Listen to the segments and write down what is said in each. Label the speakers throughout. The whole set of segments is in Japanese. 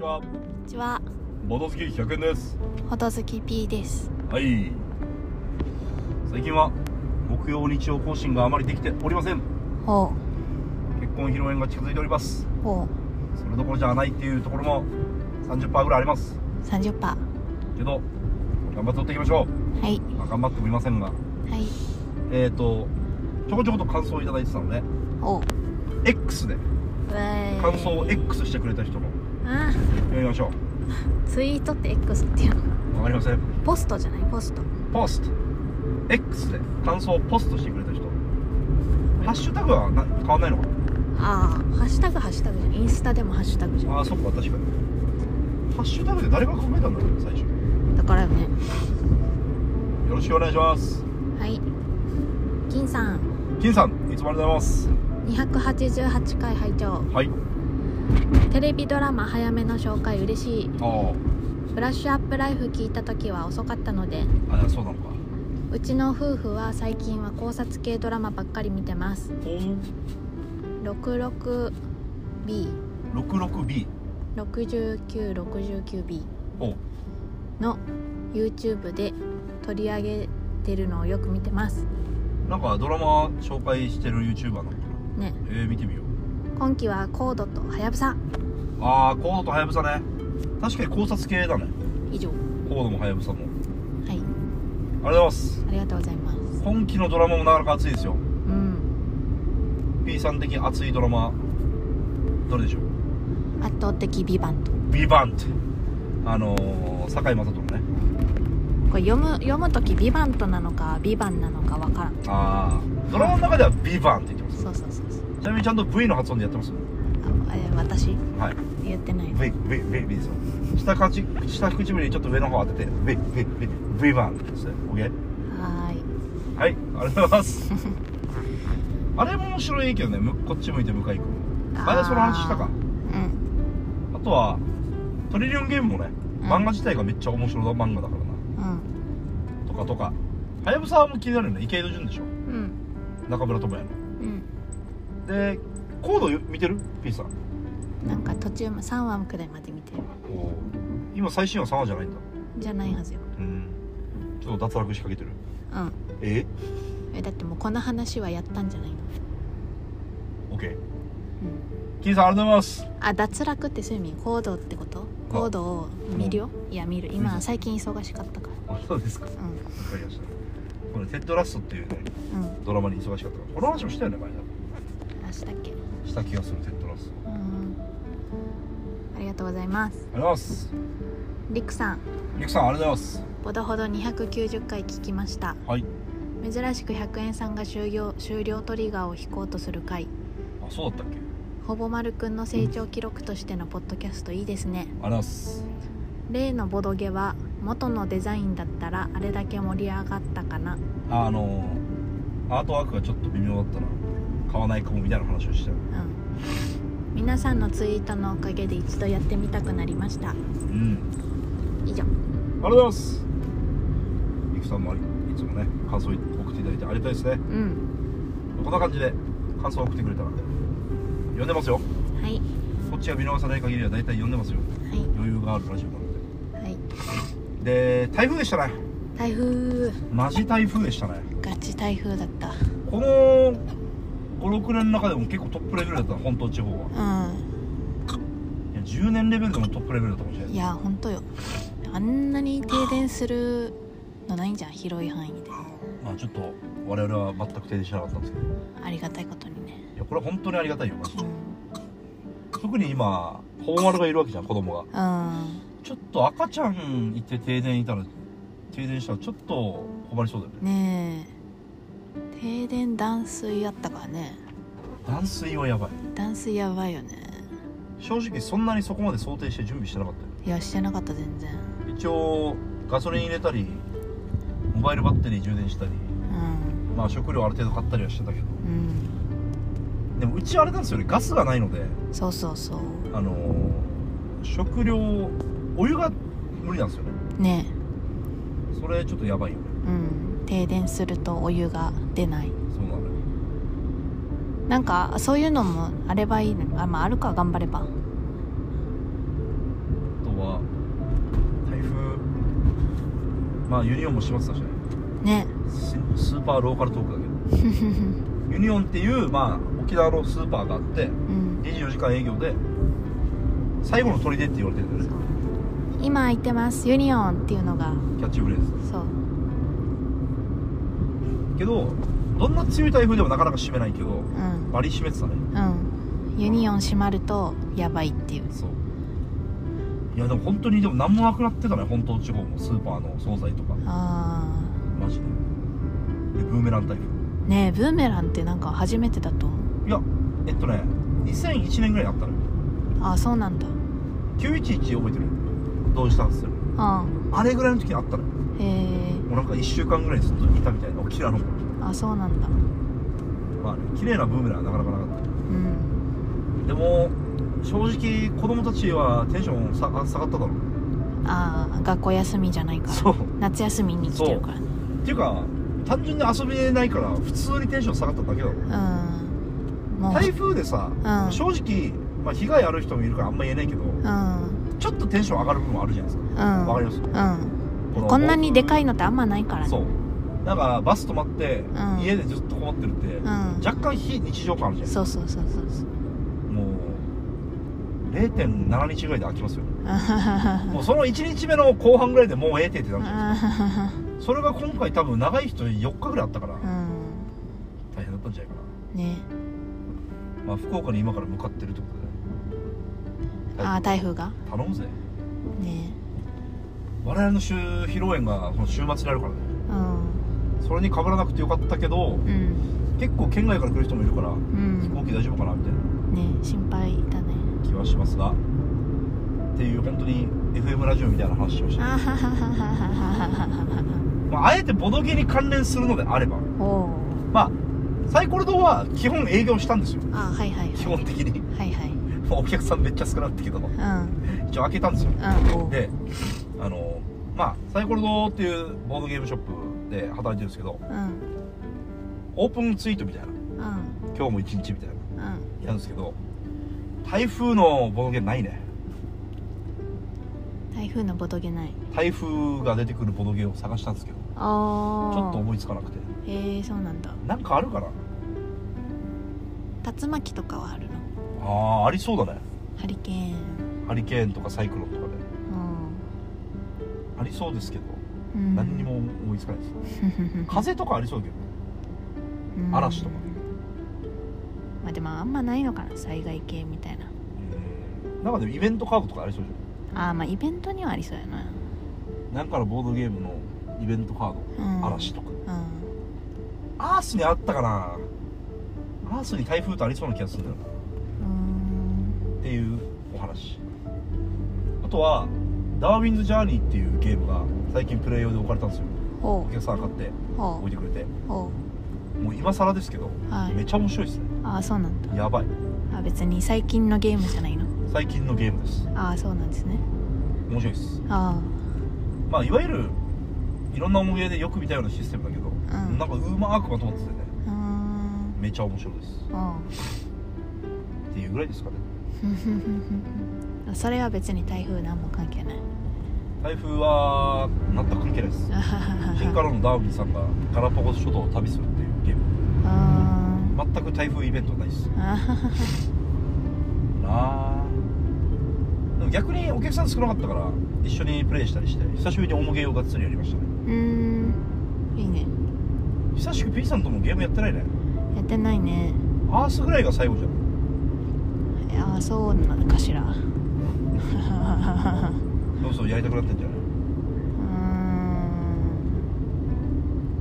Speaker 1: は
Speaker 2: こんにちは、
Speaker 1: ボドスキ100円です
Speaker 2: ほとずき P です。
Speaker 1: はい最近は木曜日曜更新があまりできておりません
Speaker 2: ほ
Speaker 1: 結婚披露宴が近づいております
Speaker 2: う、ほ
Speaker 1: それどころじゃないっていうところも30%ぐらいあります
Speaker 2: う、30%。は
Speaker 1: けど頑張って追っていきましょ
Speaker 2: い、
Speaker 1: う、まあ、頑張ってもいませんが
Speaker 2: はい、
Speaker 1: えっ、ー、とちょこちょこと感想をいただいてたので
Speaker 2: ほう。
Speaker 1: X で感想を X してくれた人も
Speaker 2: あ
Speaker 1: 読みましょ
Speaker 2: ーツイートって X っていうの
Speaker 1: うわかりません
Speaker 2: ポストじゃないポスト
Speaker 1: ポスト X で感想をポストしてくれた人ハッシュタグはな変わんないのか
Speaker 2: ああハッシュタグハッシュタグじゃんインスタでもハッシュタグじゃ
Speaker 1: なあーそっか確かにハッシュタグで誰が考えたんだろうね最初よ
Speaker 2: んだからよね
Speaker 1: ろしくお願いします
Speaker 2: はい金さん
Speaker 1: 金さんいつもありがとうございます
Speaker 2: 288回拝聴
Speaker 1: はい
Speaker 2: テレビドラマ早めの紹介嬉しい
Speaker 1: あー
Speaker 2: ブラッシュアップライフ聞いた時は遅かったので
Speaker 1: あそうなのか
Speaker 2: うちの夫婦は最近は考察系ドラマばっかり見てます
Speaker 1: ほう
Speaker 2: 66B6969B
Speaker 1: 66B おう
Speaker 2: の YouTube で取り上げてるのをよく見てます
Speaker 1: なんかドラマ紹介してる YouTuber なのかな
Speaker 2: ね
Speaker 1: えー、見てみよう
Speaker 2: 今期はコードとハヤブサ
Speaker 1: ああコードとハヤブサね確かに考察系だね
Speaker 2: 以上は
Speaker 1: コードもハヤブサも
Speaker 2: い
Speaker 1: ありがとうございます
Speaker 2: ありがとうございます
Speaker 1: 今期のドラマもなかなか熱いですよ
Speaker 2: うん
Speaker 1: P さん的熱いドラマどれでしょう
Speaker 2: 圧倒的美版と
Speaker 1: 「ビバンってあのー、堺雅人のね
Speaker 2: これ読む読む時美版となのか美版なのかわからん
Speaker 1: ああドラマの中では「ビバンって言ってます
Speaker 2: そうそうそうそう
Speaker 1: ちなみにちゃんと V の発音でやってます
Speaker 2: あ、えー私
Speaker 1: はい
Speaker 2: 言ってない
Speaker 1: V V V V ですよ下かち下唇にちょっと上の方当てて V V V V バンってですね OK
Speaker 2: はーい
Speaker 1: はいありがとうございます あれも面白いけどねむこっち向いて向かい行くあれその話したか
Speaker 2: う
Speaker 1: あ
Speaker 2: ん
Speaker 1: とは「トリリオンゲーム」もね
Speaker 2: うん
Speaker 1: 漫画自体がめっちゃ面白い漫画だからな、
Speaker 2: うん
Speaker 1: とかとかはやぶさも気になるよね池井戸潤でしょ
Speaker 2: うん
Speaker 1: 中村倫也
Speaker 2: うん
Speaker 1: のでコードよ見てる P さん
Speaker 2: なんか途中ま3話くらいまで見てる
Speaker 1: 今最新話3話じゃないんだ
Speaker 2: じゃないはずよ
Speaker 1: うんちょっと脱落しかけてる
Speaker 2: うん
Speaker 1: え
Speaker 2: えだってもうこの話はやったんじゃないの、
Speaker 1: オッケー
Speaker 2: うん、
Speaker 1: 金さんありがとうございます
Speaker 2: あ脱落ってそういう意味行動ってこと行動を見るよいや見る
Speaker 1: 見
Speaker 2: 今
Speaker 1: る
Speaker 2: 最近忙しかったか
Speaker 1: あそうですかわ
Speaker 2: らう
Speaker 1: かりましたこれテッドラストっていうね
Speaker 2: んうん
Speaker 1: ドラマに忙しかったからこの話もしたよね前だ
Speaker 2: 明日っけ
Speaker 1: した気がするテッドラスト
Speaker 2: うんありがとうございます
Speaker 1: ありがとうございます
Speaker 2: りくさん
Speaker 1: ゆきさんありがとうございます
Speaker 2: ほどほど290回聞きました
Speaker 1: はい
Speaker 2: 珍しく100円さんが終了終了トリガーを引こうとする回
Speaker 1: あそうだったっけありがと
Speaker 2: ほぼまるくんの成長記録としてのポッドキャストいいですね
Speaker 1: うございます
Speaker 2: 例のボドゲは元のデザインだったらあれだけ盛り上がったかな
Speaker 1: あのアートワークがちょっと微妙だったら買わないかもみたいな話をしたよ
Speaker 2: うん皆さんのツイートのおかげで一度やってみたくなりました
Speaker 1: うん
Speaker 2: 以
Speaker 1: あり
Speaker 2: 上
Speaker 1: がとうございます。ゆきさんもありいつもね、感想送っていただいてありがたいですね。
Speaker 2: うん
Speaker 1: こんな感じで感想を送ってくれたら、読んでますよ。
Speaker 2: はい
Speaker 1: こっちは見逃さない限りは大体読んでますよ。余裕があるラジオなの
Speaker 2: はいはい
Speaker 1: で。で、台風でしたね。
Speaker 2: 台風
Speaker 1: マジ台風でしたね。
Speaker 2: ガチ台風だった
Speaker 1: この5、6年の中でも結構トップレベルだったの、本島地方は。いや、10年レベルでもトップレベルだったかもしれ
Speaker 2: う
Speaker 1: なんい。
Speaker 2: いやほんとよあんなに停電するのないんじゃん広い範囲で
Speaker 1: まあちょっと、我々は全く停電しなかったんですけど。い
Speaker 2: ありがたいことにね
Speaker 1: や、これは本当にありがたいよ、マジで。特に今、本丸がいるわけじゃん、子供が。
Speaker 2: うんうん
Speaker 1: ちょっと赤ちゃんいて停電いたら停電したらちょっと困りそうだよね
Speaker 2: ねえ停電断水あったからね
Speaker 1: 断水はやばい
Speaker 2: 断水やばいよね
Speaker 1: 正直そんなにそこまで想定して準備してなかっ
Speaker 2: いやしてなかった全然
Speaker 1: たよ一応ガソリン入れたりモバイルバッテリー充電したり
Speaker 2: うん
Speaker 1: まあ食料ある程度買ったりはしてたけど
Speaker 2: うん
Speaker 1: でもうちあれなんですよねガスがないので
Speaker 2: そうそうそう
Speaker 1: あのー食料お湯が無理なんですよね
Speaker 2: ね
Speaker 1: それちょっとやばいよね
Speaker 2: うん停電するとお湯が出ない
Speaker 1: そうなのよ
Speaker 2: なんかそういうのもあればいいのあ,、まあ、あるか頑張れば
Speaker 1: まあユニオンもしてますしね
Speaker 2: ね
Speaker 1: ススーパーローカルトークだけどユニオンっていう、まあ、沖縄のスーパーがあって
Speaker 2: うん
Speaker 1: 24時間営業で最後の砦って言われてるんだよね
Speaker 2: 今空いてますユニオンっていうのが
Speaker 1: キャッチフレーズ
Speaker 2: そう
Speaker 1: けどどんな強い台風でもなかなか閉めないけど
Speaker 2: うん
Speaker 1: バリ閉めてたね
Speaker 2: うんユニオン閉まるとやばいっていう
Speaker 1: そういやでも本当にでも何もなくなってたね本島地方もスーパーの惣菜とか
Speaker 2: あ
Speaker 1: マジででブーメラン台風
Speaker 2: あねえブーメランってなんか初めてだと思う
Speaker 1: いやえっとね2001年ぐらいにあったのよ
Speaker 2: ああそうなんだ
Speaker 1: 911覚えてる同時多発する
Speaker 2: うん
Speaker 1: あれぐらいの時にあったのよ
Speaker 2: へえ
Speaker 1: もうなんか1週間ぐらいずっといたみたいな沖縄の
Speaker 2: あそうなんだ
Speaker 1: まあね綺麗なブーメランはなかなかなかっ
Speaker 2: うん
Speaker 1: たでも正直子供たちはテンションさ下がっただろう
Speaker 2: ああ学校休みじゃないから
Speaker 1: そう
Speaker 2: 夏休みに来てるからね
Speaker 1: っていうか単純に遊びれないから普通にテンション下がっただけだろ
Speaker 2: うんもう
Speaker 1: 台風でさ、
Speaker 2: うん
Speaker 1: 正直、まあ、被害ある人もいるからあんま言えないけど
Speaker 2: うん
Speaker 1: ちょっとテンション上がる部分もあるじゃないです
Speaker 2: う
Speaker 1: か
Speaker 2: ん
Speaker 1: わかります
Speaker 2: うん
Speaker 1: の
Speaker 2: こんなにでかいのってあんまないからね
Speaker 1: そうだからバス止まって、
Speaker 2: ん
Speaker 1: 家でずっと困ってるって、
Speaker 2: ん
Speaker 1: 若干非日常感あるじゃないです
Speaker 2: そうそうそうそうそ
Speaker 1: か
Speaker 2: う
Speaker 1: もう0.7日ぐらいで飽きますよ もうその1日目の後半ぐらいでもうええてってなるじゃないですかそれが今回多分長い人4日ぐらいあったから
Speaker 2: うん
Speaker 1: 大変だったんじゃないか
Speaker 2: ね
Speaker 1: な、まあ、福岡に今から向かってるってことで、
Speaker 2: ああ台風が
Speaker 1: 頼むぜ
Speaker 2: ね
Speaker 1: 我々の週披露宴がこの週末にあるからね
Speaker 2: うん
Speaker 1: それに被らなくてよかったけど
Speaker 2: うん
Speaker 1: 結構県外から来る人もいるから
Speaker 2: うん
Speaker 1: 飛行機大丈夫かなみたいな
Speaker 2: ね心配だね
Speaker 1: 気はしますがっていう本当に FM ラジオみたいな話をして
Speaker 2: あははははは
Speaker 1: まあ、あえてボドゲに関連するのであれば
Speaker 2: はおお
Speaker 1: まあサイコロ堂は基本営業したんですよ
Speaker 2: あはいはい
Speaker 1: 基
Speaker 2: は
Speaker 1: 本的に
Speaker 2: いはいはい
Speaker 1: まあお客さんめっちゃ少なかったけど
Speaker 2: うん
Speaker 1: 一応開けたんですよ
Speaker 2: うんおう
Speaker 1: であのまあサイコロ堂っていうボードゲームショップで働いてるんですけど
Speaker 2: うん
Speaker 1: オープンツイートみたいな
Speaker 2: うん
Speaker 1: 今日も一日みたいな
Speaker 2: うん
Speaker 1: やるんですけど台風のボードゲームないね
Speaker 2: 台風のボトゲない
Speaker 1: 台風が出てくるボドゲを探したんですけどち
Speaker 2: ああ
Speaker 1: ょっと思いつかなくて
Speaker 2: へえそうなんだ
Speaker 1: なんかあるかな
Speaker 2: 竜巻とかはあるの
Speaker 1: あーありそうだね
Speaker 2: ハリケーン
Speaker 1: ハリケーンとかサイクロンとかでありそうですけど
Speaker 2: うん、うん、
Speaker 1: 何にも思いつかないです風とかありそうだけど
Speaker 2: うん
Speaker 1: 嵐とか
Speaker 2: まあでもあんまないのかな災害系みたいな
Speaker 1: うんなんかでもイベントカードとかありそうじ
Speaker 2: ああまあイベントにはありそうやな、
Speaker 1: ゃんなんかのボードゲームのイベントカード
Speaker 2: うん、
Speaker 1: 嵐とか
Speaker 2: うん
Speaker 1: アースにあったかなアースに台風とありそうな気がするんだよなっ
Speaker 2: うーん
Speaker 1: ていうお話あとはダーウィンズ・ジャーニーっていうゲームが最近プレイ用で置かれたんですよ
Speaker 2: ほ
Speaker 1: お客さん買って
Speaker 2: うほ
Speaker 1: 置いてくれて
Speaker 2: うほ
Speaker 1: もう今更ですけど
Speaker 2: うはい
Speaker 1: めっちゃ面白いですね
Speaker 2: ああそうなんだ
Speaker 1: やばい
Speaker 2: あ別に最近のゲームじゃないの
Speaker 1: 最近のゲームです
Speaker 2: ああそうなんですね
Speaker 1: 面白いです
Speaker 2: あ
Speaker 1: まあいわゆるいろんな思い出でよく見たようなシステムだけど、
Speaker 2: ん
Speaker 1: なんかうまくまとまっててね
Speaker 2: あうーん
Speaker 1: めちゃ面白いです
Speaker 2: あ
Speaker 1: っていうぐらいですかね
Speaker 2: あ それは別に台風何も関係ない
Speaker 1: 台風は全く関係ないです
Speaker 2: あはは
Speaker 1: 進化論のダーウィンさんがガラパゴス諸島を旅するっていうゲーム
Speaker 2: あー
Speaker 1: 全く台風イベントないです
Speaker 2: あはは
Speaker 1: なあでも逆にお客さん少なかったから一緒にプレイしたりして久しぶりに重ゲーをがっつりやりましたね
Speaker 2: うーん いいね
Speaker 1: 久しく P さんともゲームやってないね
Speaker 2: やってないね
Speaker 1: アースぐらいが最後じゃん
Speaker 2: ああそうなのかしらう
Speaker 1: そうそうやりたくなってんじゃない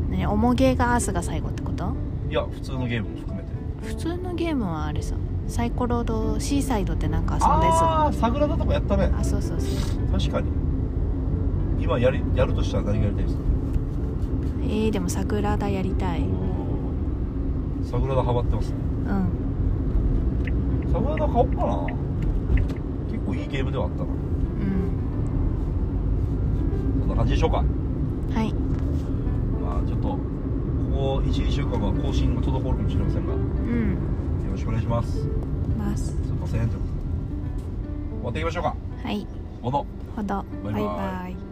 Speaker 2: ーんね重ゲーがアースが最後ってこと
Speaker 1: いや普通のゲームも含めて
Speaker 2: 普通のゲームはあれさサイコロとシーサイドってなんか遊んだやつあ
Speaker 1: ああサグラダとかやったね
Speaker 2: そうそうそう
Speaker 1: 確かに今やりやるとしたら何がやりたいですか
Speaker 2: えー、でも桜田やりたい
Speaker 1: サグラダハマってますね
Speaker 2: うん
Speaker 1: サグラダ買おうかな結構いいゲームではあったな
Speaker 2: うん
Speaker 1: そんな感じでしょうか
Speaker 2: はい
Speaker 1: まあちょっとここ12週間は更新が滞るかもしれませんがよ
Speaker 2: うん
Speaker 1: ろしくお願いしますす
Speaker 2: ます
Speaker 1: いませんということで終わっていきましょうか
Speaker 2: はい
Speaker 1: ほど
Speaker 2: ほど
Speaker 1: バイバイ
Speaker 2: イ